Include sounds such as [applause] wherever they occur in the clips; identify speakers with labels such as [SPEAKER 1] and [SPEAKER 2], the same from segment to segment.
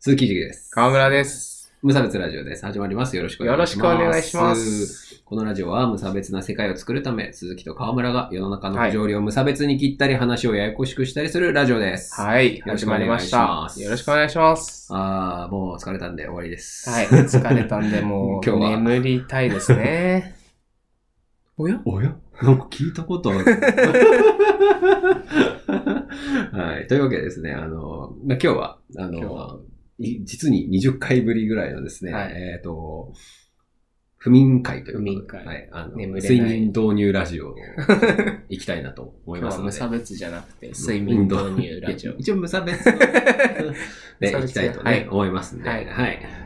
[SPEAKER 1] 鈴木塾です。
[SPEAKER 2] 河村です。
[SPEAKER 1] 無差別ラジオです。始まります。よろしくお
[SPEAKER 2] よ
[SPEAKER 1] 願
[SPEAKER 2] ろ
[SPEAKER 1] い
[SPEAKER 2] し
[SPEAKER 1] し
[SPEAKER 2] くお
[SPEAKER 1] ます。
[SPEAKER 2] 願いします。
[SPEAKER 1] このラジオは無差別な世界を作るため、鈴木と河村が世の中の不条理を無差別に切ったり、話をややこしくしたりするラジオです。い。
[SPEAKER 2] はい、
[SPEAKER 1] よろし
[SPEAKER 2] 始
[SPEAKER 1] くお
[SPEAKER 2] ま
[SPEAKER 1] 願
[SPEAKER 2] り
[SPEAKER 1] い
[SPEAKER 2] ま
[SPEAKER 1] し
[SPEAKER 2] し
[SPEAKER 1] ま
[SPEAKER 2] た
[SPEAKER 1] す。
[SPEAKER 2] よろしくお願いします。
[SPEAKER 1] あー、もう疲れたんで終わりです。
[SPEAKER 2] はい、。 [laughs] 疲れたんで、も
[SPEAKER 1] 今
[SPEAKER 2] う、
[SPEAKER 1] 日は
[SPEAKER 2] 眠りたいです [laughs] ね。
[SPEAKER 1] おやおやなんか聞いたことあ
[SPEAKER 2] [laughs]
[SPEAKER 1] る。はい。というわけでですね、あの、まあ、今日は、あ
[SPEAKER 2] 今日はい
[SPEAKER 1] の、い実に20回ぶりぐらいのですね、
[SPEAKER 2] はい
[SPEAKER 1] えっ、と、不眠会ということで
[SPEAKER 2] 不眠会
[SPEAKER 1] はい。あの、
[SPEAKER 2] 眠れない
[SPEAKER 1] 睡眠導入ラジオ
[SPEAKER 2] [laughs]
[SPEAKER 1] を行きたいなと思い
[SPEAKER 2] 今
[SPEAKER 1] ま
[SPEAKER 2] 日
[SPEAKER 1] すの
[SPEAKER 2] は無
[SPEAKER 1] で。
[SPEAKER 2] 差別じゃなくて、睡眠導入ラジオ
[SPEAKER 1] いや。一応無差別で
[SPEAKER 2] [laughs] 無差別
[SPEAKER 1] 行きたいとね、
[SPEAKER 2] はい
[SPEAKER 1] 思いますんで、は。
[SPEAKER 2] はいい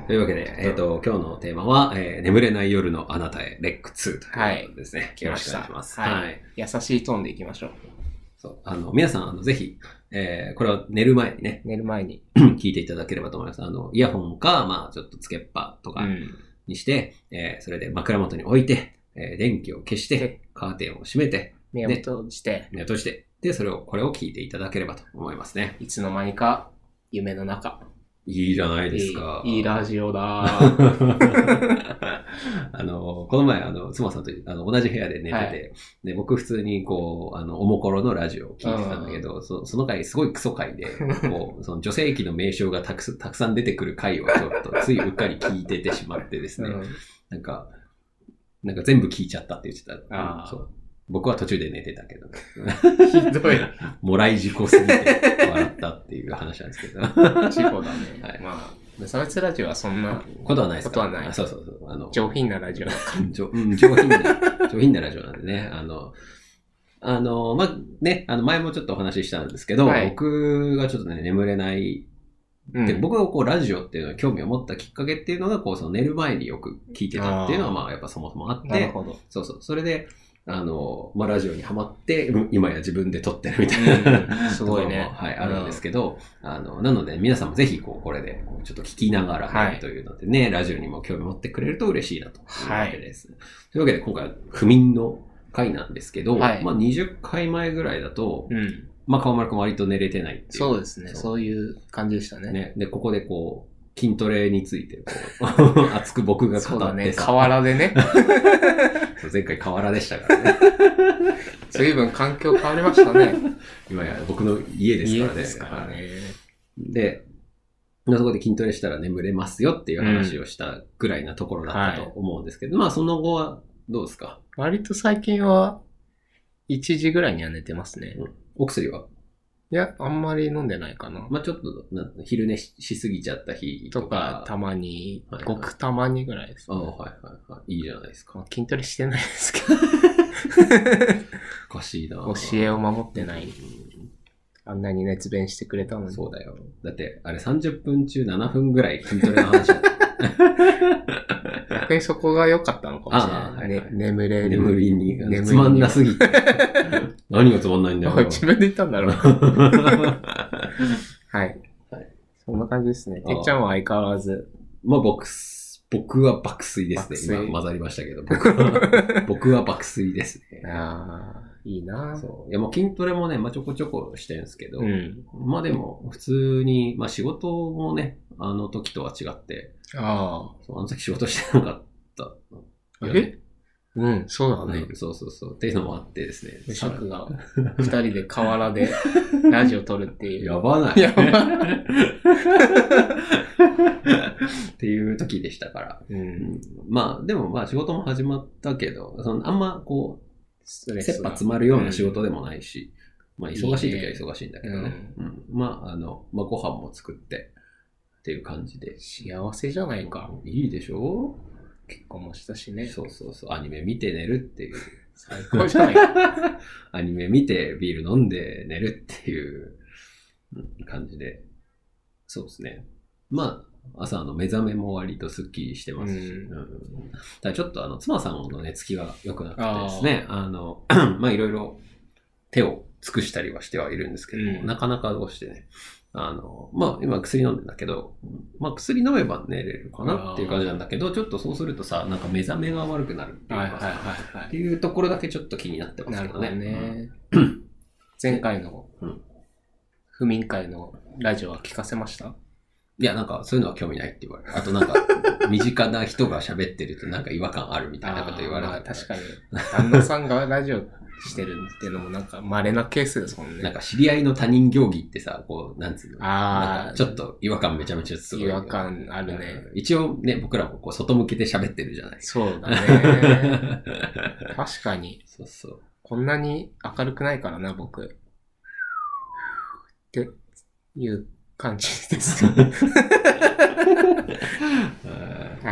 [SPEAKER 1] というわけで、えっ、と、今日のテーマは、えー眠れない夜のあなたへ、レック2ということですね。よろしくお願いします。
[SPEAKER 2] はい
[SPEAKER 1] はい
[SPEAKER 2] 優しいトーンでいきましょう。
[SPEAKER 1] そう。あの、皆さん、あの、ぜひ、えー、これは寝る前にね、
[SPEAKER 2] 寝る前に。
[SPEAKER 1] 聞いていただければと思います。あの、イヤホンか、まあ、ちょっとつけっぱとか
[SPEAKER 2] ん。
[SPEAKER 1] にして、えー、それで枕元に置いて、えー、電気を消して、カーテンを閉めて、
[SPEAKER 2] 目を閉じて、
[SPEAKER 1] 目を閉じて、で、それを、これを聞いていただければと思いますね。
[SPEAKER 2] いつの間にか、夢の中。
[SPEAKER 1] いいじゃない
[SPEAKER 2] い
[SPEAKER 1] ですか。
[SPEAKER 2] いいいラジオ [laughs] だー。
[SPEAKER 1] [laughs] あの、この前、あの、妻さんとあの同じ部屋で寝てて、
[SPEAKER 2] はい
[SPEAKER 1] で、僕普通にこう、あの、おもころのラジオを聞いてたんだけど、そその回、すごいクソ回
[SPEAKER 2] [laughs]
[SPEAKER 1] で、こう、その女性器の名称がたくさんたくさん出てくる回をちょっと、ついうっかり聞いててしまってですね、
[SPEAKER 2] うん
[SPEAKER 1] なんか、なんか全部聞いちゃったって言ってた。
[SPEAKER 2] あー
[SPEAKER 1] そう僕は途中で寝てたけど、
[SPEAKER 2] ひ [laughs] どい。
[SPEAKER 1] もらい事故すぎて笑ったっていう話なんです
[SPEAKER 2] [laughs]
[SPEAKER 1] けど。
[SPEAKER 2] 事故だね。
[SPEAKER 1] はい
[SPEAKER 2] まあ、無差別ラジオはそんな
[SPEAKER 1] ことはないですか
[SPEAKER 2] ことはない
[SPEAKER 1] あそうそうそう。あの、
[SPEAKER 2] 上品なラジオ。
[SPEAKER 1] 上 [laughs] うん上品な、上品なラジオなんでね、あの、あの、まあ、ね、あの、前もちょっとお話ししたんですけど、
[SPEAKER 2] はい
[SPEAKER 1] 僕がちょっとね、眠れない、
[SPEAKER 2] う
[SPEAKER 1] で
[SPEAKER 2] ん
[SPEAKER 1] 僕がこう、ラジオっていうのに興味を持ったきっかけっていうのが、こう、その寝る前によく聞いてたっていうのは、
[SPEAKER 2] あー
[SPEAKER 1] まあ、やっぱそもそもあっ
[SPEAKER 2] なる
[SPEAKER 1] て、
[SPEAKER 2] ほど。
[SPEAKER 1] そうそう、それで、あの、まあ、ラジオにハマって、うん今や自分で撮ってるみたいな、 [laughs]
[SPEAKER 2] うんすごい
[SPEAKER 1] ところも
[SPEAKER 2] ね
[SPEAKER 1] はい、あるんですけど、あの、なので、皆さんもぜひ、こう、これで、こうちょっと聞きながら、
[SPEAKER 2] はい
[SPEAKER 1] というのでね、ラジオにも興味持ってくれると嬉しいなという
[SPEAKER 2] はい
[SPEAKER 1] わけです。というわけで、今回は不眠の回なんですけど、
[SPEAKER 2] はい
[SPEAKER 1] まあ、20回前ぐらいだと、
[SPEAKER 2] うん。
[SPEAKER 1] まあ、川丸くん割と寝れてないっていう。
[SPEAKER 2] そうですね。
[SPEAKER 1] そう
[SPEAKER 2] そういう感じでしたね。
[SPEAKER 1] ね。で、ここでこう、筋トレについて、こう、 [laughs] 熱く僕が語
[SPEAKER 2] そう
[SPEAKER 1] っ
[SPEAKER 2] だ
[SPEAKER 1] て
[SPEAKER 2] ね。
[SPEAKER 1] さ
[SPEAKER 2] 河原
[SPEAKER 1] [laughs]
[SPEAKER 2] でね。
[SPEAKER 1] そう前回河原でしたからね。
[SPEAKER 2] 随分環境変わりましたね。
[SPEAKER 1] 今や僕の家ですからね。はい。で、まあそこで筋トレしたら眠れますよっていう話をしたぐらいなところだったと思うんですけど、まあその後はどうですか
[SPEAKER 2] 割と最近は、1時ぐらいには寝てますね。
[SPEAKER 1] お薬はい
[SPEAKER 2] や、あんまり飲んでないかな。
[SPEAKER 1] まあちょっとな昼寝ししすぎちゃった日と
[SPEAKER 2] と
[SPEAKER 1] か
[SPEAKER 2] か、。たまに
[SPEAKER 1] はい、
[SPEAKER 2] ごくたまにぐらいです、
[SPEAKER 1] ああはいはいはい。いいじゃないですか。
[SPEAKER 2] まあ筋トレしてないですけ
[SPEAKER 1] [laughs]
[SPEAKER 2] ど、
[SPEAKER 1] おかしいな。
[SPEAKER 2] 教えを守ってない。
[SPEAKER 1] う
[SPEAKER 2] あんなに熱弁してくれたの
[SPEAKER 1] ん
[SPEAKER 2] に。
[SPEAKER 1] そうだよ。だって、あれ30分中7分ぐらい筋トレの話だった。
[SPEAKER 2] 逆にそこが良かったのかもしれない。
[SPEAKER 1] あーはい
[SPEAKER 2] ね
[SPEAKER 1] はい
[SPEAKER 2] 眠れる。
[SPEAKER 1] 眠りに
[SPEAKER 2] 眠り。に
[SPEAKER 1] つまんなすぎて。 [laughs] 何がつまんない
[SPEAKER 2] [laughs]
[SPEAKER 1] んだよ。
[SPEAKER 2] あ [laughs] 自分で言ったんだろう。
[SPEAKER 1] [laughs]
[SPEAKER 2] はい。
[SPEAKER 1] はい
[SPEAKER 2] そんな感じですね。
[SPEAKER 1] あー
[SPEAKER 2] てっちゃんは相変わらず。
[SPEAKER 1] まあ僕す、僕は爆睡です
[SPEAKER 2] 爆
[SPEAKER 1] ね。
[SPEAKER 2] 睡
[SPEAKER 1] 今混ざりましたけ
[SPEAKER 2] [laughs]
[SPEAKER 1] ど、僕は、僕は爆睡ですね。
[SPEAKER 2] ああ、いいな
[SPEAKER 1] そう。いや、もう筋トレもね、まあちょこちょこしてるんですけど、
[SPEAKER 2] ん。
[SPEAKER 1] まあでも、普通に、まあ仕事もね、あの時とは違って、
[SPEAKER 2] あ
[SPEAKER 1] そうあの時仕事してなかったよね。
[SPEAKER 2] えうん、そうだね
[SPEAKER 1] う。んそうそうそう。っていうのもあってですね。
[SPEAKER 2] 無職が、二人で河原 [laughs] でラジオ撮るっていう。
[SPEAKER 1] やばない。
[SPEAKER 2] やば
[SPEAKER 1] [laughs] っていう時でしたから。
[SPEAKER 2] う。
[SPEAKER 1] うんんまあ、でもまあ仕事も始まったけど、そのあんまこ
[SPEAKER 2] スト
[SPEAKER 1] う、
[SPEAKER 2] レ
[SPEAKER 1] 切
[SPEAKER 2] ス
[SPEAKER 1] 羽
[SPEAKER 2] が。
[SPEAKER 1] 詰まるような仕事でもないし、まあ忙しい時
[SPEAKER 2] いいね
[SPEAKER 1] は忙しいんだけどね。うんまあ、あの、まあご飯も作ってっていう感じで。
[SPEAKER 2] 幸せじゃないか。
[SPEAKER 1] いいでしょ
[SPEAKER 2] 結婚もしたしね。
[SPEAKER 1] そうそうそう。アニメ見て寝るっていう。
[SPEAKER 2] 最高じゃないか。
[SPEAKER 1] アニメ見てビール飲んで寝るっていううん感じで。そうですね。まあ、朝の目覚めも割とスッキリしてますし。
[SPEAKER 2] うん
[SPEAKER 1] うんただちょっとあの、妻さんの寝つきが良くなってですね。あの、 [clears throat] まあいろいろ手を尽くしたりはしてはいるんですけども、
[SPEAKER 2] うん
[SPEAKER 1] なかなかどうしてね。あの、まあ今薬飲んでんだけど、まあ薬飲めば寝れるかなっていう感じなんだけど、ちょっとそうするとさ、なんか目覚めが悪くなるっていう
[SPEAKER 2] [laughs] はい
[SPEAKER 1] か
[SPEAKER 2] はい
[SPEAKER 1] さ、
[SPEAKER 2] は
[SPEAKER 1] っ
[SPEAKER 2] い
[SPEAKER 1] ていうところだけちょっと気になって
[SPEAKER 2] はい。
[SPEAKER 1] ますけ
[SPEAKER 2] な
[SPEAKER 1] ど
[SPEAKER 2] るほ
[SPEAKER 1] ね。
[SPEAKER 2] どね。前回の
[SPEAKER 1] うん
[SPEAKER 2] 不眠会のラジオは聞かせました
[SPEAKER 1] いや、なんか、そういうのは興味ないって言われる。あとなん
[SPEAKER 2] [laughs]
[SPEAKER 1] か、身近な人が喋ってるとなんか違和感あるみたいなこと言われ
[SPEAKER 2] あーま
[SPEAKER 1] た
[SPEAKER 2] あ確かに。旦那さんがラジオしてるっていうのもなんか稀なケースですもん
[SPEAKER 1] なん
[SPEAKER 2] ね。
[SPEAKER 1] か知り合いの他人行儀ってさ、こう、なんつうのな
[SPEAKER 2] あ
[SPEAKER 1] んか
[SPEAKER 2] あ、
[SPEAKER 1] ちょっと違和感めちゃめちゃすごい。
[SPEAKER 2] 違和感あるね。
[SPEAKER 1] うん。一応ね、僕らもこう外向けて喋ってるじゃないです
[SPEAKER 2] そうだ [laughs] ね。
[SPEAKER 1] か。
[SPEAKER 2] 確か
[SPEAKER 1] [laughs]
[SPEAKER 2] に。
[SPEAKER 1] そうそう。
[SPEAKER 2] こんなに明るくないからな、僕。っていう感じです。 [laughs] は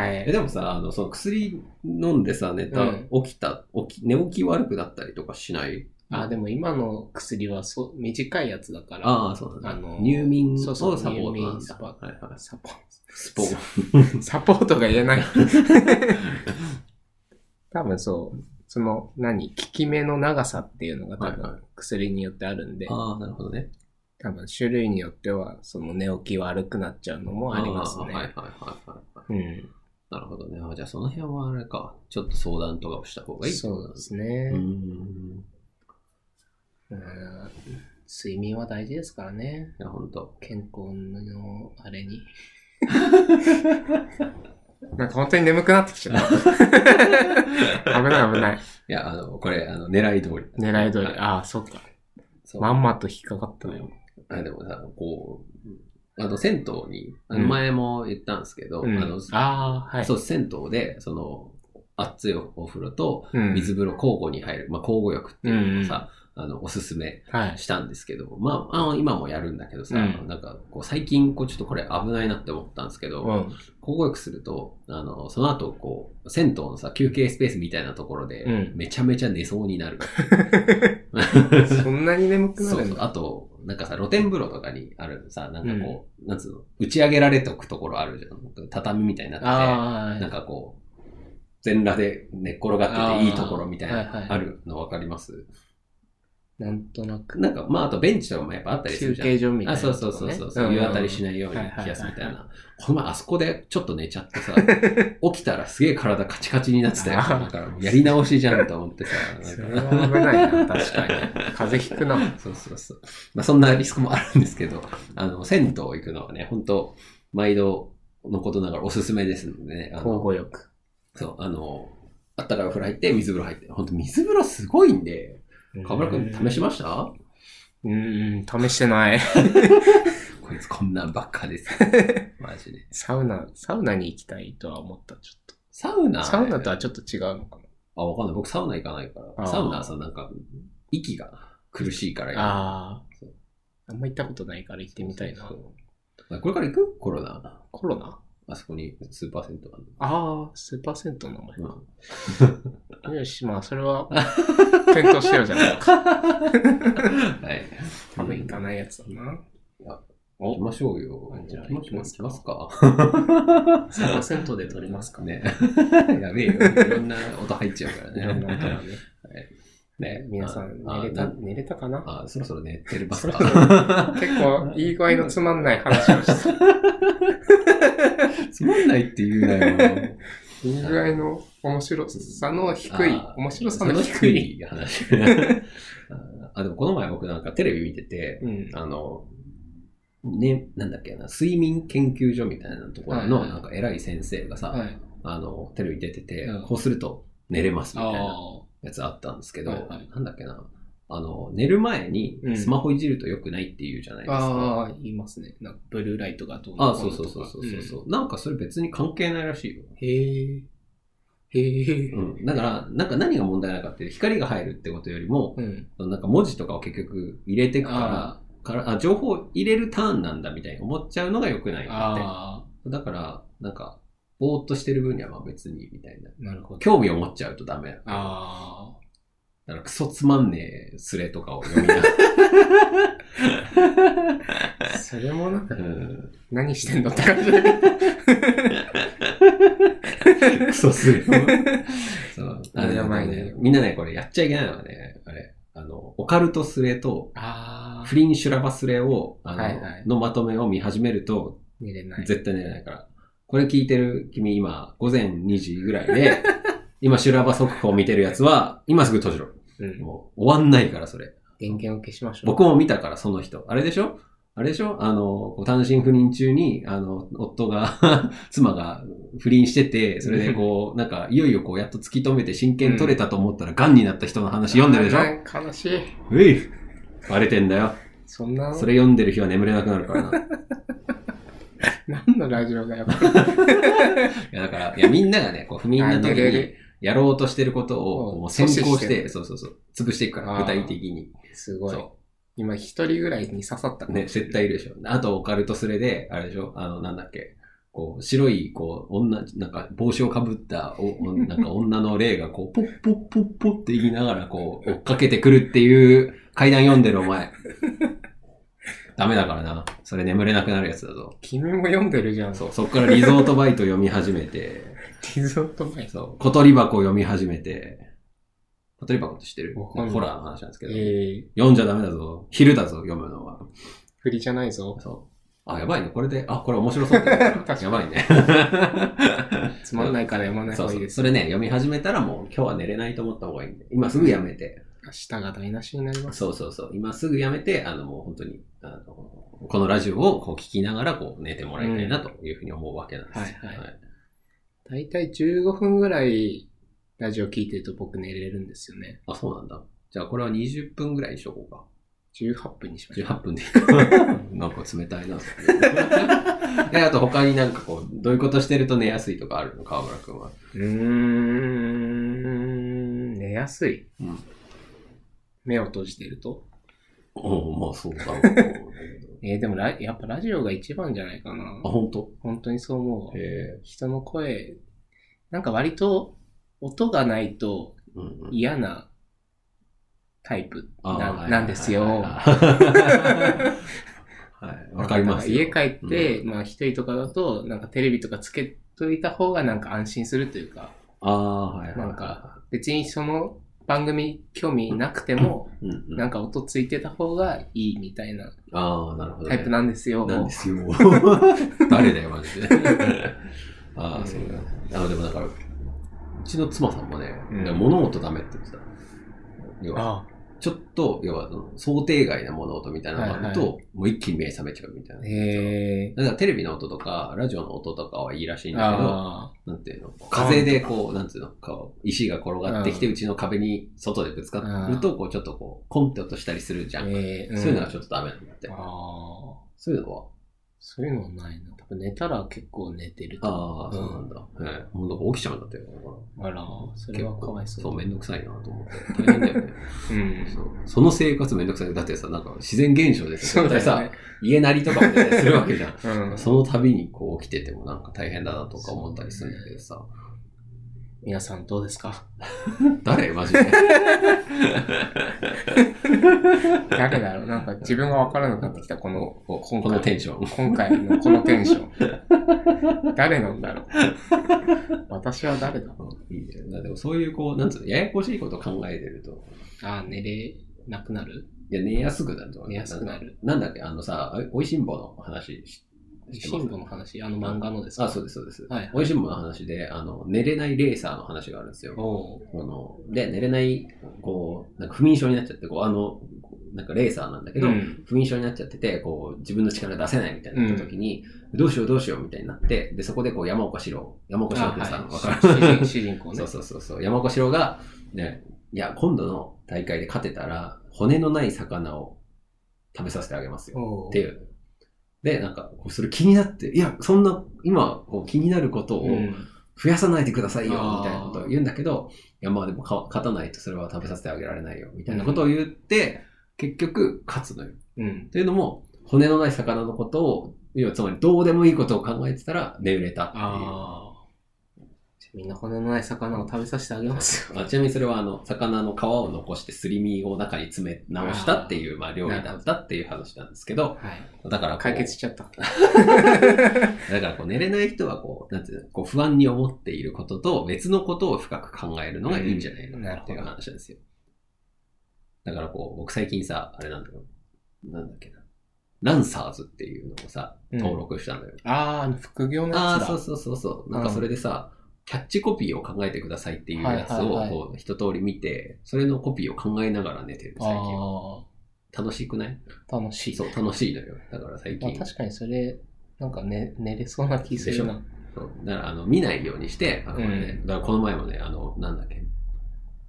[SPEAKER 1] え
[SPEAKER 2] い。
[SPEAKER 1] でもさ、あの、その薬飲んでさ、寝た、
[SPEAKER 2] うん
[SPEAKER 1] 起きた、起き、寝起き悪くなったりとかしない
[SPEAKER 2] あ、でも今の薬はそう短いやつだから。
[SPEAKER 1] ああ、そうだ、
[SPEAKER 2] あ
[SPEAKER 1] ね
[SPEAKER 2] の
[SPEAKER 1] 入眠
[SPEAKER 2] そ
[SPEAKER 1] を
[SPEAKER 2] う
[SPEAKER 1] サポ
[SPEAKER 2] そ
[SPEAKER 1] ー
[SPEAKER 2] う
[SPEAKER 1] トなんだ。
[SPEAKER 2] 入眠サポート
[SPEAKER 1] はいはい。
[SPEAKER 2] サポ
[SPEAKER 1] スポー
[SPEAKER 2] サポートが言えない。 [laughs] 多分そう。その、何効き目の長さっていうのが多
[SPEAKER 1] はい
[SPEAKER 2] 分薬によってあるんで、
[SPEAKER 1] ああ、なるほどね。
[SPEAKER 2] 多分種類によっては、その寝起き悪くなっちゃうのもあります
[SPEAKER 1] あーはいはい
[SPEAKER 2] ね。
[SPEAKER 1] はいはい。
[SPEAKER 2] うん。
[SPEAKER 1] なるほどね。あじゃあその辺はあれか。ちょっと相談とかをした方がいいってこ
[SPEAKER 2] そ
[SPEAKER 1] とな
[SPEAKER 2] うんで
[SPEAKER 1] ですす
[SPEAKER 2] ね
[SPEAKER 1] ね。。うん。
[SPEAKER 2] うん睡眠は大事ですからね。
[SPEAKER 1] いや、ほんと。
[SPEAKER 2] 健康のあれ [laughs] に。なんか本当に眠くなってきちゃった。危ない危ない。
[SPEAKER 1] いや、あの、これ、あの、狙い通り。
[SPEAKER 2] 狙い通り。
[SPEAKER 1] はい
[SPEAKER 2] ああ、そっか。
[SPEAKER 1] そう
[SPEAKER 2] まんまと引っかかったよ。
[SPEAKER 1] あでもさ、こう、あの、銭湯に、あ
[SPEAKER 2] う
[SPEAKER 1] の
[SPEAKER 2] ん
[SPEAKER 1] 前も言ったんですけど、
[SPEAKER 2] うん
[SPEAKER 1] あの、
[SPEAKER 2] ああ、はい。
[SPEAKER 1] そう、銭湯で、その、熱いお風呂と
[SPEAKER 2] うん
[SPEAKER 1] 水風呂交互に入る、まあ、交互浴っていうのをさ、あの、おすすめ
[SPEAKER 2] はい。
[SPEAKER 1] したんですけど、まあ、あの今もやるんだけどさ、
[SPEAKER 2] うん
[SPEAKER 1] なんか、こう、最近、こう、ちょっとこれ危ないなって思ったんですけど、
[SPEAKER 2] うん。
[SPEAKER 1] 交互浴すると、あの、その後、こう、銭湯のさ、休憩スペースみたいなところで、
[SPEAKER 2] うん
[SPEAKER 1] めちゃめちゃ寝そうにな
[SPEAKER 2] [laughs]
[SPEAKER 1] る。
[SPEAKER 2] そんなに眠くな
[SPEAKER 1] そう
[SPEAKER 2] る
[SPEAKER 1] そ
[SPEAKER 2] ん
[SPEAKER 1] う。
[SPEAKER 2] だ。
[SPEAKER 1] あと、なんかさ、露天風呂とかにあるさ、なんかこう、なんつうの、打ち上げられておくところあるじゃん。畳みたいになって
[SPEAKER 2] あ
[SPEAKER 1] て、
[SPEAKER 2] ー
[SPEAKER 1] なんかこう、全裸で寝っ転がってていいところみたい
[SPEAKER 2] あーはいは
[SPEAKER 1] な、
[SPEAKER 2] い
[SPEAKER 1] あるのわかります
[SPEAKER 2] なんとなく。
[SPEAKER 1] なんか、まあ、あとベンチとかもやっぱあったりす
[SPEAKER 2] 休
[SPEAKER 1] るじゃん。
[SPEAKER 2] 憩所みたい
[SPEAKER 1] あ
[SPEAKER 2] な
[SPEAKER 1] そう
[SPEAKER 2] とこね。
[SPEAKER 1] そうそうそう、そう
[SPEAKER 2] うん
[SPEAKER 1] 湯当たりしないように
[SPEAKER 2] はいはいはい
[SPEAKER 1] 冷やすみたいな。この前あそこでちょっと寝ちゃ
[SPEAKER 2] [laughs]
[SPEAKER 1] ってさ、起きたらすげえ体カチカチになってたよ。
[SPEAKER 2] あー
[SPEAKER 1] だからもうやり直しじゃんと思ってさ。なん
[SPEAKER 2] そ
[SPEAKER 1] か
[SPEAKER 2] れは危ないな、確かに。風邪ひくな。
[SPEAKER 1] [laughs] そうそうそう。まあそんなリスクもあるんですけど、あの、銭湯行くのはね、本当毎度のことながらおすすめですのでね。あ
[SPEAKER 2] 交
[SPEAKER 1] の
[SPEAKER 2] 互浴。
[SPEAKER 1] そう、あの、あったかいお風呂入って、水風呂入って。本当水風呂すごいんで、河村くん試しました
[SPEAKER 2] うーん、試してない。
[SPEAKER 1] こいつこんなんばっか
[SPEAKER 2] [laughs]
[SPEAKER 1] です。マジで。
[SPEAKER 2] サウナ、サウナに行きたいとは思った、ちょっ
[SPEAKER 1] サウナ
[SPEAKER 2] と。サウナとはちょっと違うのか
[SPEAKER 1] あ、わかんない。僕サウナ行かないか
[SPEAKER 2] あ
[SPEAKER 1] ら。
[SPEAKER 2] ー
[SPEAKER 1] サウナはさ、なんか、息が苦しいから
[SPEAKER 2] な。ああ
[SPEAKER 1] そう。
[SPEAKER 2] あんま行ったことないから行ってみたいな
[SPEAKER 1] そう。そうそうこれから行くコロナ。
[SPEAKER 2] コロナ
[SPEAKER 1] あそこにスーパー銭湯ある
[SPEAKER 2] ああ、スーパー銭湯の名
[SPEAKER 1] の。うん
[SPEAKER 2] 前。よし、まあ、それ [laughs] は、検討してようじゃないか。
[SPEAKER 1] はい。
[SPEAKER 2] 多分行かないやつだな。
[SPEAKER 1] 行きましょうよ
[SPEAKER 2] あ。じゃあ
[SPEAKER 1] 行きましょう行きますか。
[SPEAKER 2] スーパー銭湯で撮りますかね。 [laughs]
[SPEAKER 1] ね。やべえよ。いろんな音入っちゃうから
[SPEAKER 2] いろんな音が
[SPEAKER 1] ね。
[SPEAKER 2] [laughs] ね。
[SPEAKER 1] ね
[SPEAKER 2] 皆さん、
[SPEAKER 1] あ
[SPEAKER 2] 寝れた、
[SPEAKER 1] な
[SPEAKER 2] 寝れたかな
[SPEAKER 1] あ、そろそろ寝てるバス
[SPEAKER 2] そろ
[SPEAKER 1] か
[SPEAKER 2] そ。ろ結構、いい具合のつまんない話をした。
[SPEAKER 1] [laughs] つまんないって言うなよ。
[SPEAKER 2] いい具合の面白さの低い
[SPEAKER 1] あ、ー
[SPEAKER 2] 面白さの
[SPEAKER 1] そ
[SPEAKER 2] 低い。
[SPEAKER 1] い話。 [laughs] あ、でもこの前僕なんかテレビ見てて、
[SPEAKER 2] うん。
[SPEAKER 1] あの、ね、なんだっけな、睡眠研究所みたいなところの
[SPEAKER 2] はいはい
[SPEAKER 1] なんか偉い先生がさ、
[SPEAKER 2] はい。
[SPEAKER 1] あの、テレビ出てて、
[SPEAKER 2] うん
[SPEAKER 1] こうすると寝れますみたいな
[SPEAKER 2] あ
[SPEAKER 1] やつあったんですけど、
[SPEAKER 2] はいはい
[SPEAKER 1] なんだっけな、あの、寝る前に
[SPEAKER 2] うん
[SPEAKER 1] スマホいじると良くないって言うじゃないですか。
[SPEAKER 2] あー、言いますね。なんかブルーライトがどう
[SPEAKER 1] あ
[SPEAKER 2] の
[SPEAKER 1] あ、
[SPEAKER 2] こ
[SPEAKER 1] そう
[SPEAKER 2] のと
[SPEAKER 1] そ
[SPEAKER 2] か
[SPEAKER 1] うそうそうそうそう、なんかそれ別に関係ないらしいよ。
[SPEAKER 2] うんへえ。へえ
[SPEAKER 1] う。ん。だから、なんか何が問題なのかって、光が入るってことよりも、
[SPEAKER 2] うん。
[SPEAKER 1] なんか文字とかを結局入れてくから
[SPEAKER 2] あ、
[SPEAKER 1] からあ情報を入れるターンなんだみたいに思っちゃうのが良くないんだ
[SPEAKER 2] ああ
[SPEAKER 1] って。だから、なんか、ぼーっとしてる分にはまあ別にみたいな。
[SPEAKER 2] ー、なるほど。
[SPEAKER 1] 興味を持っちゃうとダメ。
[SPEAKER 2] ああ。
[SPEAKER 1] だからクソつまんねえスレとかを読みながら。
[SPEAKER 2] [laughs] それもなんか
[SPEAKER 1] う、ん
[SPEAKER 2] 何してんだって感じだけど。
[SPEAKER 1] クソスレを。そう。あの
[SPEAKER 2] やばいね
[SPEAKER 1] ね。みんなね、これやっちゃいけないのはね、あれ、あの、オカルトスレと、
[SPEAKER 2] ああ
[SPEAKER 1] 不。倫修羅場スレを、あの、
[SPEAKER 2] はいはい
[SPEAKER 1] のまとめを見始めると、
[SPEAKER 2] 寝れない。
[SPEAKER 1] 絶対寝れないから。これ聞いてる君今、午前2時ぐらいで、今修羅場速報見てるやつは、今すぐ閉じろ。
[SPEAKER 2] うん
[SPEAKER 1] もう終わんないからそれ。
[SPEAKER 2] 電源を消しましょう。
[SPEAKER 1] 僕も見たからその人。あれでしょあれでしょあの、こう単身赴任中に、あの、夫が、 [laughs] 妻が不倫してて、それでこう、なんか、いよいよこう、やっと突き止めて親権取れたと思ったら、癌になった人の話読んでるでしょ
[SPEAKER 2] なんか悲しい。
[SPEAKER 1] ういバレてんだよ。
[SPEAKER 2] そんな、
[SPEAKER 1] それ読んでる日は眠れなくなるからな。
[SPEAKER 2] 何のラジオだよ。
[SPEAKER 1] いや、だから、いや、みんながね、こう、不眠の
[SPEAKER 2] あ
[SPEAKER 1] 時
[SPEAKER 2] 寝れ
[SPEAKER 1] に
[SPEAKER 2] る、
[SPEAKER 1] やろうとしてることを、
[SPEAKER 2] うん
[SPEAKER 1] もう先行
[SPEAKER 2] 阻止
[SPEAKER 1] し
[SPEAKER 2] して
[SPEAKER 1] て、そうそうそう、潰していくか
[SPEAKER 2] あ
[SPEAKER 1] ら、
[SPEAKER 2] ー
[SPEAKER 1] 具体的に。
[SPEAKER 2] すごい。
[SPEAKER 1] そ
[SPEAKER 2] 今一人ぐらいに刺さった
[SPEAKER 1] う。ね、絶対いるでしょ。あと、オカルトスレで、あれでしょあの、なんだっけ。こう、白い、こう、女、なんか、帽子をかぶった、お、おなんか、女の霊が、こう、ポッポッポッポッって言いながら、こう、追っかけてくるっていう、階段読んでるお前。ダメだからな。それ眠れなくなるやつだぞ。
[SPEAKER 2] 君も読んでるじゃん。
[SPEAKER 1] そう、そっからリゾートバイト読み始めて、
[SPEAKER 2] リゾートバイト。
[SPEAKER 1] そう、小鳥箱を読み始めて、小鳥箱って知ってる
[SPEAKER 2] わかんない
[SPEAKER 1] ホラーの話なんですけど、
[SPEAKER 2] えー、
[SPEAKER 1] 読んじゃダメだぞ。昼だぞ、読むのは。
[SPEAKER 2] 振りじゃないぞ。
[SPEAKER 1] そう。あ、やばいね。これで、あ、これ面白そうってなった
[SPEAKER 2] [laughs] 確かに
[SPEAKER 1] やばいね。
[SPEAKER 2] つまんないから読まない
[SPEAKER 1] そ
[SPEAKER 2] 方
[SPEAKER 1] う
[SPEAKER 2] がい
[SPEAKER 1] そ
[SPEAKER 2] いで
[SPEAKER 1] う。
[SPEAKER 2] す。
[SPEAKER 1] それね、読み始めたらもう今日は寝れないと思った方がいいんで。今すぐやめて。
[SPEAKER 2] 明日が台無しになります。
[SPEAKER 1] そうそうそう。今すぐやめて、あのもう本当に、あの、このラジオをこう聞きながらこう寝てもらいたいなというふうに思うわけなんですよ。
[SPEAKER 2] はいはいだいたい15分ぐらいラジオ聞いてると僕寝れるんですよね。
[SPEAKER 1] あ、そうなんだ。じゃあこれは20分ぐらいにしとこうか。
[SPEAKER 2] 18分にしましょう。
[SPEAKER 1] 18分で [laughs] なんか冷たいな。で、あと他になんかこう、どういうことしてると寝やすいとかあるの川村くんは。
[SPEAKER 2] うーん、寝やすい。
[SPEAKER 1] うん。
[SPEAKER 2] 目を閉じてると。
[SPEAKER 1] おうまあそうだろう。
[SPEAKER 2] えーでもラ、やっぱラジオが一番じゃないかな。
[SPEAKER 1] あ、本当
[SPEAKER 2] 本当にそう思うわ
[SPEAKER 1] へ。え。
[SPEAKER 2] 人の声、なんか割と音がないと
[SPEAKER 1] うんうん。
[SPEAKER 2] 嫌なタイプ
[SPEAKER 1] あ
[SPEAKER 2] な
[SPEAKER 1] はい
[SPEAKER 2] なんですよ。
[SPEAKER 1] はい。わかりますよ。
[SPEAKER 2] 家帰って、まあ一人とかだと、なんかテレビとかつけといた方がなんか安心するというか、
[SPEAKER 1] ああ、はいはい。
[SPEAKER 2] なんか、別にその番組興味なくても、
[SPEAKER 1] うんうん、
[SPEAKER 2] なんか音ついてた方がいいみたいな
[SPEAKER 1] ああ、なるほど、
[SPEAKER 2] タ
[SPEAKER 1] ね。
[SPEAKER 2] イプなんですよ。
[SPEAKER 1] なん
[SPEAKER 2] [laughs]
[SPEAKER 1] ですよ。誰だよ、マジで。ああ、そうだ。あの、でもだから、うちの妻さんもね、
[SPEAKER 2] うん
[SPEAKER 1] でも物音ダメって言ってた。要は、
[SPEAKER 2] あ
[SPEAKER 1] ちょっと、要は、想定外な物音みたいなのがあると、
[SPEAKER 2] はい
[SPEAKER 1] もう一気に目覚めちゃうみたい
[SPEAKER 2] あ、
[SPEAKER 1] な。
[SPEAKER 2] へえ。
[SPEAKER 1] だからテレビの音とか、ラジオの音とかはいいらしいんだけど、
[SPEAKER 2] あ
[SPEAKER 1] なんていうの、風でこう、なんていうの、こう石が転がってきて、うちの壁に外でぶつかると、こう、ちょっとこう、コンって音したりするじ
[SPEAKER 2] あ
[SPEAKER 1] ゃん。
[SPEAKER 2] ええ
[SPEAKER 1] そういうのは
[SPEAKER 2] ん
[SPEAKER 1] ちょっとダメなんだって。
[SPEAKER 2] ああ、
[SPEAKER 1] そういうのは
[SPEAKER 2] そういうのはないな。多分寝たら結構寝てると思う。
[SPEAKER 1] ああ、そうなんだ。ええ、もうなんか起きちゃうんだって。だから
[SPEAKER 2] あら、それはかわいそう。
[SPEAKER 1] そう、めんどくさいなと思って。大変だよね。
[SPEAKER 2] うん。
[SPEAKER 1] そうその生活めんどくさい。だってさ、なんか自然現象です
[SPEAKER 2] そうだよ
[SPEAKER 1] さ
[SPEAKER 2] ね、。
[SPEAKER 1] 家なりとかもね、するわけじゃん。
[SPEAKER 2] うん。
[SPEAKER 1] その度にこう起きててもなんか大変だなとか思ったりするんだけどさ。
[SPEAKER 2] 皆さんどうですか
[SPEAKER 1] 誰マジ
[SPEAKER 2] [laughs]
[SPEAKER 1] で。
[SPEAKER 2] 誰だろうなんか自分がわからなくなってきた、この、
[SPEAKER 1] こ
[SPEAKER 2] 今回
[SPEAKER 1] このテンション。
[SPEAKER 2] 今回のこのテンション。誰なんだろう私は誰だ
[SPEAKER 1] うんいいね。でもそういうこう、なんつうの、ややこしいこと考えてると、
[SPEAKER 2] ああ、寝れなくなる
[SPEAKER 1] いや、寝やすくなると思う
[SPEAKER 2] 寝やすくなる。
[SPEAKER 1] なんだっけ、あのさ、おいしんぼの話ししてま
[SPEAKER 2] 進
[SPEAKER 1] す
[SPEAKER 2] 歩の話、あの漫画のですか
[SPEAKER 1] あ、そうです、そうです。
[SPEAKER 2] はいはい
[SPEAKER 1] おいしんぼの話で、あの、寝れないレーサーの話があるんですよ。
[SPEAKER 2] おう
[SPEAKER 1] こので、寝れない、こう、なんか不眠症になっちゃって、こう、あの、こうなんかレーサーなんだけど、
[SPEAKER 2] うん
[SPEAKER 1] 不眠症になっちゃってて、こう、自分の力出せないみたいになった時に、どうしようどうしようみたいになって、で、そこでこう、山岡四郎、山岡四郎ってさ、わ、
[SPEAKER 2] あ
[SPEAKER 1] かる
[SPEAKER 2] はい主人主人公ね。
[SPEAKER 1] [laughs] そうそうそうそう。山岡四郎が、ね、いや、今度の大会で勝てたら、骨のない魚を食べさせてあげますよ。
[SPEAKER 2] おう
[SPEAKER 1] っていう。で、なんか、こうそれ気になって、いや、そんな、今、こう気になることを
[SPEAKER 2] うん
[SPEAKER 1] 増やさないでくださいよ、み
[SPEAKER 2] あー
[SPEAKER 1] たいなことを言うんだけど、いや、まあでもか、勝たないとそれは食べさせてあげられないよ、みたいなことを言って、結局、勝つのよ。
[SPEAKER 2] うん。
[SPEAKER 1] というのも、骨のない魚のことを、要はつまり、どうでもいいことを考えてたら、眠れたっていう。
[SPEAKER 2] ああ。じゃあみんな骨のない魚を食べさせてあげますよ。
[SPEAKER 1] あちなみにそれはあの魚の皮を残してすり身を中に詰め直したっていうまあ料理だったっていう話なんですけ [laughs] ど、
[SPEAKER 2] はい。
[SPEAKER 1] だからこう
[SPEAKER 2] [laughs] 解決しちゃった。
[SPEAKER 1] だからこう寝れない人はこう、なんていうの、こう不安に思っていることと別のことを深く考えるのがいいんじゃないかなっていう話なんですよ。だからこう、僕最近さ、あれなんだろう、なんだっけな、ランサーズっていうのをさ、
[SPEAKER 2] うん
[SPEAKER 1] 登録したんだよ。
[SPEAKER 2] ああ、副業の
[SPEAKER 1] ああ
[SPEAKER 2] やつだ。
[SPEAKER 1] ー、そうそうそうそう。なんかそれでさ、キャッチコピーを考えてくださいっていうやつ
[SPEAKER 2] はい
[SPEAKER 1] を
[SPEAKER 2] はいはい
[SPEAKER 1] こう一通り見て、それのコピーを考えながら寝てる、最近は。
[SPEAKER 2] あ
[SPEAKER 1] 楽しくない
[SPEAKER 2] 楽しい。
[SPEAKER 1] そう、楽しいのよ。だから最
[SPEAKER 2] まあ
[SPEAKER 1] 近。
[SPEAKER 2] 確かにそれ、なんか寝、寝れそうな気するな。
[SPEAKER 1] そうだから、あの、見ないようにして、あのね
[SPEAKER 2] う
[SPEAKER 1] だからこの前もね、あの、なんだっけ、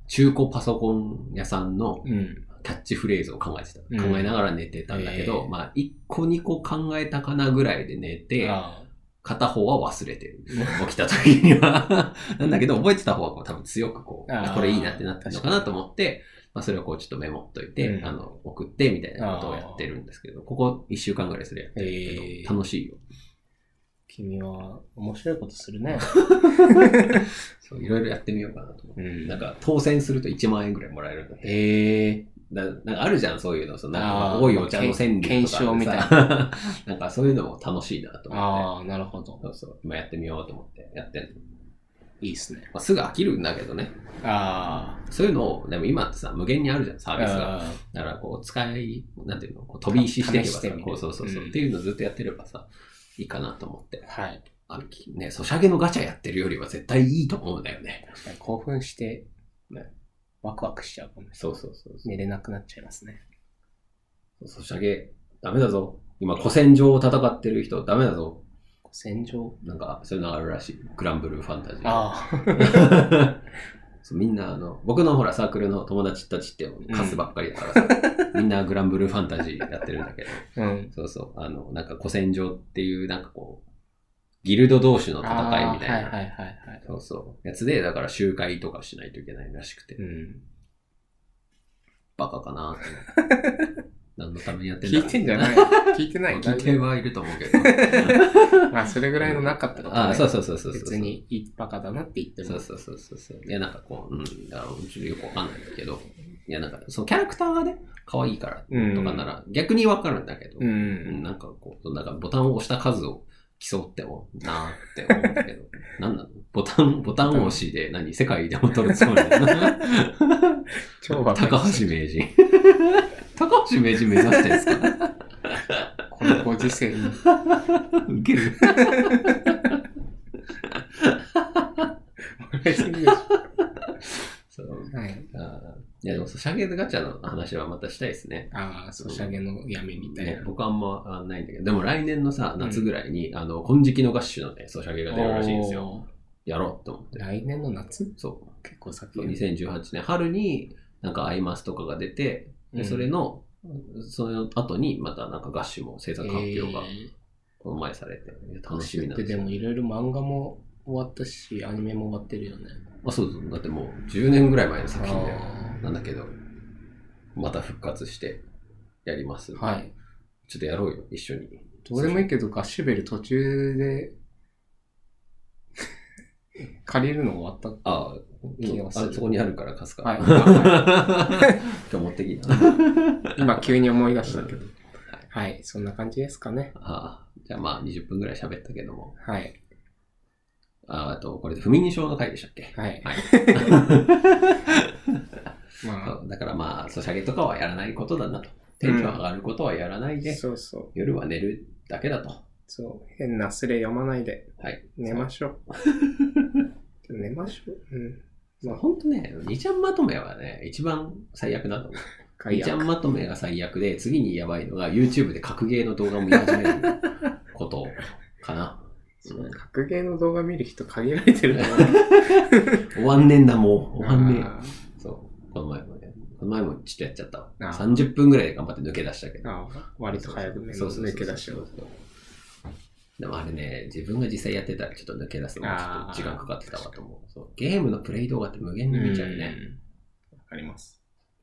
[SPEAKER 1] 中古パソコン屋さんの
[SPEAKER 2] うん。
[SPEAKER 1] キャッチフレーズを考えてた。
[SPEAKER 2] うん
[SPEAKER 1] 考えながら寝てたんだけど、
[SPEAKER 2] ええ
[SPEAKER 1] まあ、1個2個考えたかなぐらいで寝て、
[SPEAKER 2] あ
[SPEAKER 1] 片方は忘れてる。起きた時には。 [laughs] なんだけど、覚えてた方はこう多分強くこう、
[SPEAKER 2] あー
[SPEAKER 1] これいいなってなってるのかなと思って、まあ、それをこうちょっとメモっといて、
[SPEAKER 2] うん
[SPEAKER 1] あの、送ってみたいなことをやってるんですけど、ここ1週間ぐらいそれやってるけ
[SPEAKER 2] え
[SPEAKER 1] ど、
[SPEAKER 2] ー
[SPEAKER 1] 楽しいよ。
[SPEAKER 2] 君は面白いことするね。
[SPEAKER 1] そういろいろやってみ [laughs] ようかなと思って。
[SPEAKER 2] うん
[SPEAKER 1] なんか、当選すると1万円ぐらいもらえるんだって
[SPEAKER 2] [laughs] へえ。
[SPEAKER 1] ななんかあるじゃん、そういうの。そのなん
[SPEAKER 2] あ
[SPEAKER 1] か
[SPEAKER 2] ー
[SPEAKER 1] 多いお茶の川柳とか。
[SPEAKER 2] 検証みたい
[SPEAKER 1] な。 [laughs] なんかそういうのも楽しいなと思って。
[SPEAKER 2] ああ、なるほど。
[SPEAKER 1] そうそう。今やってみようと思ってやってんの。
[SPEAKER 2] いいっすね。
[SPEAKER 1] まあ、すぐ飽きるんだけどね。
[SPEAKER 2] あ
[SPEAKER 1] そういうのを、でも今ってさ、無限にあるじゃん、サ
[SPEAKER 2] あ。
[SPEAKER 1] ービスが。だから、こう、使い、なんていうの、こう飛び石していけば
[SPEAKER 2] 試して
[SPEAKER 1] さ、
[SPEAKER 2] みる
[SPEAKER 1] こう、そうそうそう、
[SPEAKER 2] うん
[SPEAKER 1] っていうのずっとやってればさ、いいかなと思って。
[SPEAKER 2] はい。
[SPEAKER 1] あきね、ソシャゲのガチャやってるよりは絶対いいと思うんだよね。
[SPEAKER 2] 確かに興奮して、
[SPEAKER 1] ね
[SPEAKER 2] ワクワクしちゃうかもしれ
[SPEAKER 1] そうそうそう
[SPEAKER 2] ない。寝れなくなっちゃいますね。
[SPEAKER 1] ソシャゲ、ダメだぞ。今、古戦場を戦ってる人、ダメだぞ。
[SPEAKER 2] 戦場
[SPEAKER 1] なんか、そういうのがあるらしい。グランブルーファンタジー。
[SPEAKER 2] ああ。
[SPEAKER 1] [laughs] そうみんなあの、僕のほらサークルの友達たちってカスばっかりだ
[SPEAKER 2] [laughs]
[SPEAKER 1] からさ、みんなグランブルーファンタジーやってるんだけど、
[SPEAKER 2] うん。
[SPEAKER 1] そうそう、あの、なんか古戦場っていうなんかこう、ギルド同士の戦いみたいな、
[SPEAKER 2] あーはいはいはいはい。
[SPEAKER 1] そうそう、やつで、だから集会とかしないといけないらしくて、
[SPEAKER 2] うん。
[SPEAKER 1] バカかなって思
[SPEAKER 2] [laughs]
[SPEAKER 1] って。何のためにやってんだ
[SPEAKER 2] 聞いてんじゃない聞いてない
[SPEAKER 1] 聞いてはいると思うけど。
[SPEAKER 2] まあ、それぐらいのなかったことね
[SPEAKER 1] ああ、そうそうそうそうそう。
[SPEAKER 2] 別にいいバカだなって言っても。
[SPEAKER 1] そうそうそうそうそう。いや、なんかこう、うん、だからちょっとよくわかんないんだけど、いや、なんか、そのキャラクターがね、可愛いから
[SPEAKER 2] うん
[SPEAKER 1] とかなら、逆にわかるんだけど、う
[SPEAKER 2] う
[SPEAKER 1] ん
[SPEAKER 2] ん。
[SPEAKER 1] なんかこう、なんかボタンを押した数を競ってもなーって思うんだ
[SPEAKER 2] [laughs]
[SPEAKER 1] けど、なんなのボタン、ボタン押しで何世界でも取るつもり
[SPEAKER 2] [laughs]
[SPEAKER 1] なの
[SPEAKER 2] 超バカ
[SPEAKER 1] 高橋名
[SPEAKER 2] [laughs]
[SPEAKER 1] 人。高橋名人目指してるんですか
[SPEAKER 2] このご時世に。
[SPEAKER 1] ウケる。そう。
[SPEAKER 2] はい。
[SPEAKER 1] あーいや、でも、ソシャゲガチャの話はまたしたいですね。
[SPEAKER 2] ああ、ソシャゲの闇みたい
[SPEAKER 1] ね
[SPEAKER 2] な。、
[SPEAKER 1] 僕はあんまあないんだけど、でも来年のさ、夏ぐらいに、あの、金色のガッシュのね、ソシャゲが出るらしいんですよ。
[SPEAKER 2] おー
[SPEAKER 1] やろうと思って。
[SPEAKER 2] 来年の夏
[SPEAKER 1] そ
[SPEAKER 2] 結構
[SPEAKER 1] う。
[SPEAKER 2] 先。
[SPEAKER 1] 2018年春に、なんかアイマスとかが出て、でそれの、その後に、またなんかガッシュも制作発表がこの前されて、いや楽しみなん
[SPEAKER 2] で
[SPEAKER 1] です
[SPEAKER 2] で
[SPEAKER 1] よ。
[SPEAKER 2] もいろいろ漫画も終わったし、アニメも終わってるよね。
[SPEAKER 1] あ、そうそう。だってもう10年ぐらい前の作品だよ。
[SPEAKER 2] あ
[SPEAKER 1] なんだけど、また復活してやります。
[SPEAKER 2] ーはい。
[SPEAKER 1] ちょっとやろうよ、一緒に。
[SPEAKER 2] どうでもいいけど、ガッシュベル途中で [laughs] 借りるの終わった。
[SPEAKER 1] ああ、
[SPEAKER 2] 気がする
[SPEAKER 1] あそこにあるから貸すから。
[SPEAKER 2] はいは
[SPEAKER 1] 今日持ってきた。
[SPEAKER 2] [laughs] い。今急に思い出したけど。はい。そんな感じですかね。
[SPEAKER 1] ああじゃあまあ20分ぐらい喋ったけども。
[SPEAKER 2] はい。
[SPEAKER 1] ああと、これで不眠症の回でしたっけ
[SPEAKER 2] はい。
[SPEAKER 1] はい
[SPEAKER 2] [laughs] まあ
[SPEAKER 1] そうだからまあ、ソシャゲとかはやらないことだなと。テンション上がることはやらないで、
[SPEAKER 2] そうそう。
[SPEAKER 1] 夜は寝るだけだと。
[SPEAKER 2] そう。変なスレ読まないで
[SPEAKER 1] はい。
[SPEAKER 2] 寝ましょう。 [laughs] 寝ましょう。うん。
[SPEAKER 1] まあ本当ね、2ちゃんまとめはね、一番最悪だと思う。
[SPEAKER 2] 解
[SPEAKER 1] 2ちゃ
[SPEAKER 2] 約
[SPEAKER 1] んまとめが最悪で、次にやばいのが YouTube で格ゲーの動画を見始めることかな。うん
[SPEAKER 2] 格ゲーの動画見る人限られて
[SPEAKER 1] [laughs]
[SPEAKER 2] ると思う。
[SPEAKER 1] 終わんねえんだ、もう。終わんねえ。
[SPEAKER 2] あ
[SPEAKER 1] そう。この前もね。この前もちょっとやっちゃったわ。
[SPEAKER 2] ああ
[SPEAKER 1] 30分ぐらいで頑張って抜け出したけ
[SPEAKER 2] ー
[SPEAKER 1] ど。
[SPEAKER 2] あー、割と早くね、
[SPEAKER 1] そうそうそう
[SPEAKER 2] 抜け出しちゃう。
[SPEAKER 1] でもあれね、自分が実際やってたらちょっと抜け出すのもちょっと時間かかってたわと思う。そうゲームのプレイ動画って無限に見ちゃうね。
[SPEAKER 2] うん。わかります。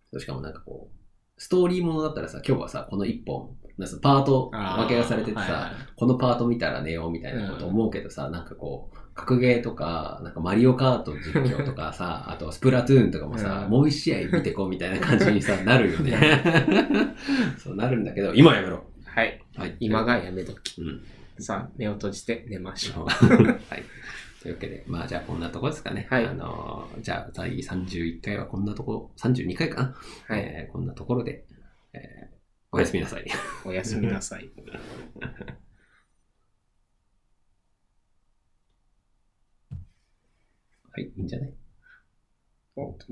[SPEAKER 1] そうしかもなんかこう、ストーリーものだったらさ、今日はさ、この1本、なんかさパート
[SPEAKER 2] あー
[SPEAKER 1] 分けがされててさ、
[SPEAKER 2] はいはい
[SPEAKER 1] このパート見たら寝ようみたいなこと思うけどさ、なんかこう、格ゲーとか、なんかマリオカート実況とか
[SPEAKER 2] [laughs]
[SPEAKER 1] さ、あとスプラトゥーンとかもさ、
[SPEAKER 2] うん
[SPEAKER 1] もう一試合見てこうみたいな感じに
[SPEAKER 2] [laughs]
[SPEAKER 1] さ、なるよね。そうなるんだけど、今やめろ。
[SPEAKER 2] はい。
[SPEAKER 1] はい。
[SPEAKER 2] 今。がやめどき。
[SPEAKER 1] うん。
[SPEAKER 2] さあ、目を閉じて寝ましょう。
[SPEAKER 1] [laughs] はい。というわけで、まあじゃあこんなとこですかね。
[SPEAKER 2] はい
[SPEAKER 1] あのーじゃあ第31回はこんなとこ、32回かな。
[SPEAKER 2] はい。
[SPEAKER 1] えーこんなところで、えーおやすみなさい。
[SPEAKER 2] おやすみなさい。
[SPEAKER 1] はい、いいんじゃない
[SPEAKER 2] お